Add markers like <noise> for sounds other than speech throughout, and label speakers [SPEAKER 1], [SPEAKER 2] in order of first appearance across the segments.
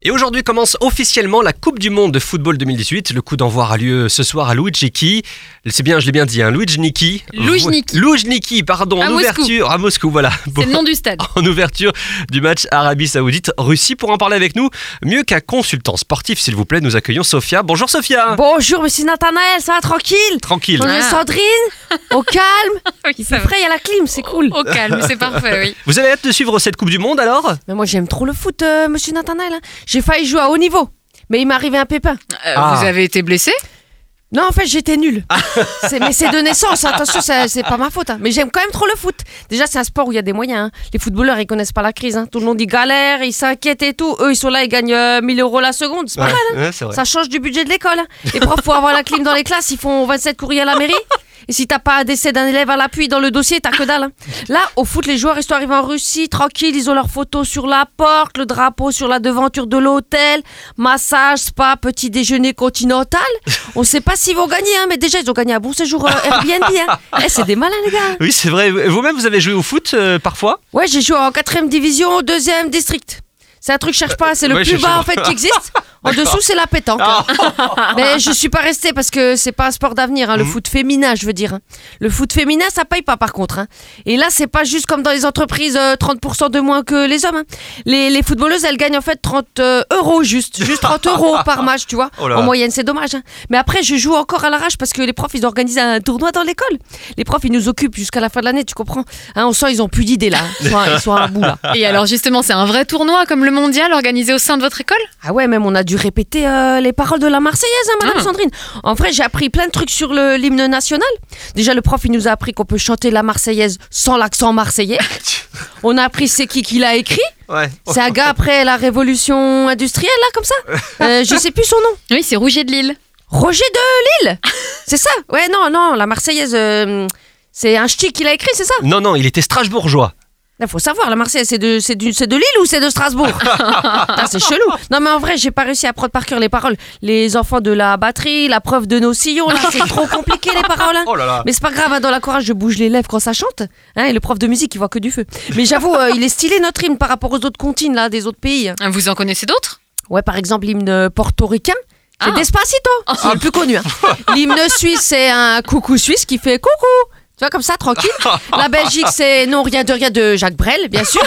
[SPEAKER 1] Et aujourd'hui commence officiellement la Coupe du Monde de football 2018. Le coup d'envoi a lieu ce soir à Luigi. C'est bien, je l'ai bien dit, hein, Luigi.
[SPEAKER 2] Loujniki.
[SPEAKER 1] Loujniki, pardon,
[SPEAKER 2] À
[SPEAKER 1] en
[SPEAKER 2] Moscou.
[SPEAKER 1] ouverture à Moscou, voilà.
[SPEAKER 2] C'est le nom du stade.
[SPEAKER 1] <laughs> En ouverture du match Arabie Saoudite Russie pour en parler avec nous, mieux qu'un consultant sportif, s'il vous plaît, nous accueillons Sofia. Bonjour Sofia.
[SPEAKER 3] Bonjour, monsieur Nathanaël, ça va tranquille
[SPEAKER 1] Tranquille.
[SPEAKER 3] On est
[SPEAKER 2] Ah.
[SPEAKER 3] Sandrine, au calme.
[SPEAKER 2] <laughs> Oui, ça va.
[SPEAKER 3] Après, il y a la clim, c'est cool.
[SPEAKER 2] Au calme, c'est parfait, oui.
[SPEAKER 1] Vous avez hâte de suivre cette Coupe du Monde alors
[SPEAKER 3] Mais moi, j'aime trop le foot, euh, monsieur Nathanaël. hein. J'ai failli jouer à haut niveau, mais il m'est arrivé un pépin.
[SPEAKER 2] Euh,
[SPEAKER 1] Ah.
[SPEAKER 2] Vous avez été blessé
[SPEAKER 3] Non, en fait, j'étais nulle. <laughs> C'est- mais c'est de naissance, hein. attention, ça- c'est pas ma faute. hein. Mais j'aime quand même trop le foot. Déjà, c'est un sport où il y a des moyens. hein. Les footballeurs, ils connaissent pas la crise. hein. Tout le monde, ils galèrent, ils s'inquiètent et tout. Eux, ils sont là, ils gagnent euh, 1000 euros la seconde.
[SPEAKER 2] Ah,
[SPEAKER 3] C'est pas mal.
[SPEAKER 1] Ouais, c'est vrai.
[SPEAKER 3] Ça change du budget de l'école. hein. Les profs, pour avoir la clim dans les classes, ils font 27 courriers à la mairie. Et si t'as pas un décès d'un élève à l'appui dans le dossier, t'as que dalle. hein. Là, au foot, les joueurs, ils sont arrivés en Russie, tranquilles, ils ont leurs photos sur la porte, le drapeau sur la devanture de l'hôtel, massage, spa, petit déjeuner continental. On sait pas s'ils vont gagner, hein, mais déjà, ils ont gagné un bon séjour euh, Airbnb. hein. Eh, c'est des malins, les gars.
[SPEAKER 1] Oui, c'est vrai. Vous-même, vous avez joué au foot euh, parfois
[SPEAKER 3] Ouais, j'ai joué en 4ème division, 2ème district. C'est un truc, je cherche pas, c'est le
[SPEAKER 1] Ouais, je
[SPEAKER 3] plus
[SPEAKER 1] cherche
[SPEAKER 3] bas
[SPEAKER 1] pas.
[SPEAKER 3] en fait qui existe. En dessous, c'est la pétanque.
[SPEAKER 1] Ah.
[SPEAKER 3] hein. Mais je suis pas restée parce que c'est pas un sport d'avenir, hein, le foot féminin, je veux dire. hein. Le foot féminin, ça paye pas par contre. hein. Et là, c'est pas juste comme dans les entreprises, euh, 30% de moins que les hommes. hein. Les, les footballeuses, elles gagnent en fait 30 euh, euros juste, juste 30 euros par match, tu vois.
[SPEAKER 1] Oh là là.
[SPEAKER 3] en moyenne, c'est dommage. hein. Mais après, je joue encore à l'arrache parce que les profs, ils organisent un tournoi dans l'école. Les profs, ils nous occupent jusqu'à la fin de l'année, tu comprends Hein, On sent ils ont plus d'idées là. Ils sont, à- ils sont à un bout là.
[SPEAKER 2] Et alors, justement, c'est un vrai tournoi comme le mondial organisé au sein de votre école
[SPEAKER 3] Ah ouais, même on a dû répéter euh, les paroles de la Marseillaise, hein, Madame
[SPEAKER 2] Ah.
[SPEAKER 3] Sandrine. En vrai, j'ai appris plein de trucs sur le- l'hymne national. Déjà, le prof, il nous a appris qu'on peut chanter la Marseillaise sans l'accent marseillais. On a appris c'est qui qui l'a écrit.
[SPEAKER 1] Ouais.
[SPEAKER 3] C'est un gars après la révolution industrielle, là, comme ça. Euh, je sais plus son nom.
[SPEAKER 2] Oui, c'est Rouget de Lille.
[SPEAKER 3] Roger de Lille C'est ça Ouais, non, non, la Marseillaise, euh, c'est un ch'ti qui l'a écrit, c'est ça
[SPEAKER 1] Non, non, il était Strasbourgeois.
[SPEAKER 3] Il faut savoir, la Marseillaise, c'est de, c'est du- c'est de Lille ou c'est de Strasbourg Putain, C'est chelou. Non, mais en vrai, j'ai pas réussi à prendre par cœur les paroles. Les enfants de la batterie, la preuve de nos sillons, là, c'est trop compliqué les paroles.
[SPEAKER 2] Ah.
[SPEAKER 3] hein.
[SPEAKER 1] Oh là là.
[SPEAKER 3] Mais c'est pas grave, hein, dans la chorale, je bouge les lèvres quand ça chante. Hein, et le prof de musique, il voit que du feu. Mais j'avoue, euh, il est stylé notre hymne par rapport aux autres comptines, là, des autres pays. hein.
[SPEAKER 2] Vous en connaissez d'autres
[SPEAKER 3] Ouais, par exemple, l'hymne portoricain. C'est
[SPEAKER 2] Ah.
[SPEAKER 3] Despacito, c'est le plus
[SPEAKER 1] <laughs>
[SPEAKER 3] connu. hein. L'hymne suisse, c'est un coucou suisse qui fait coucou. Tu vois, comme ça,
[SPEAKER 1] <laughs>
[SPEAKER 3] tranquille. La Belgique, c'est non, rien de rien de Jacques Brel,
[SPEAKER 1] <laughs>
[SPEAKER 3] bien sûr.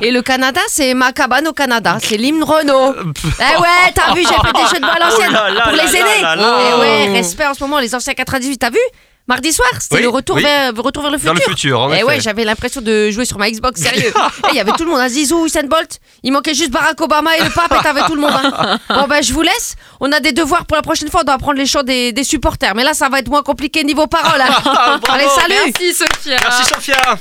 [SPEAKER 3] Et le Canada, c'est Ma cabane au Canada. C'est l'hymne Renault. eh ouais, t'as vu, j'ai fait des jeux de balles
[SPEAKER 1] Oh là là
[SPEAKER 3] pour
[SPEAKER 1] là
[SPEAKER 3] les
[SPEAKER 1] là
[SPEAKER 3] aînés.
[SPEAKER 1] là là.
[SPEAKER 3] Eh ouais, respect en ce moment, les anciens 98, t'as vu Mardi soir, c'est
[SPEAKER 1] Oui,
[SPEAKER 3] le retour,
[SPEAKER 1] oui.
[SPEAKER 3] vers, retour vers le
[SPEAKER 1] Dans
[SPEAKER 3] futur.
[SPEAKER 1] le futur, en
[SPEAKER 3] Eh
[SPEAKER 1] effet.
[SPEAKER 3] ouais, j'avais l'impression de jouer sur ma
[SPEAKER 1] <laughs>
[SPEAKER 3] Xbox, sérieux. Eh, Il y avait tout le monde, hein, Zizou, Usain Bolt. Il manquait juste Barack Obama et le pape, et t'avais tout le monde. hein. Bon, ben, je vous laisse. On a des devoirs pour la prochaine fois. On doit apprendre les chants des,
[SPEAKER 1] <laughs>
[SPEAKER 3] des
[SPEAKER 1] Ah,
[SPEAKER 3] supporters. Mais là, ça va être moins compliqué niveau parole. hein. Allez, salut!
[SPEAKER 2] Merci, Sophia
[SPEAKER 1] Merci Sophia.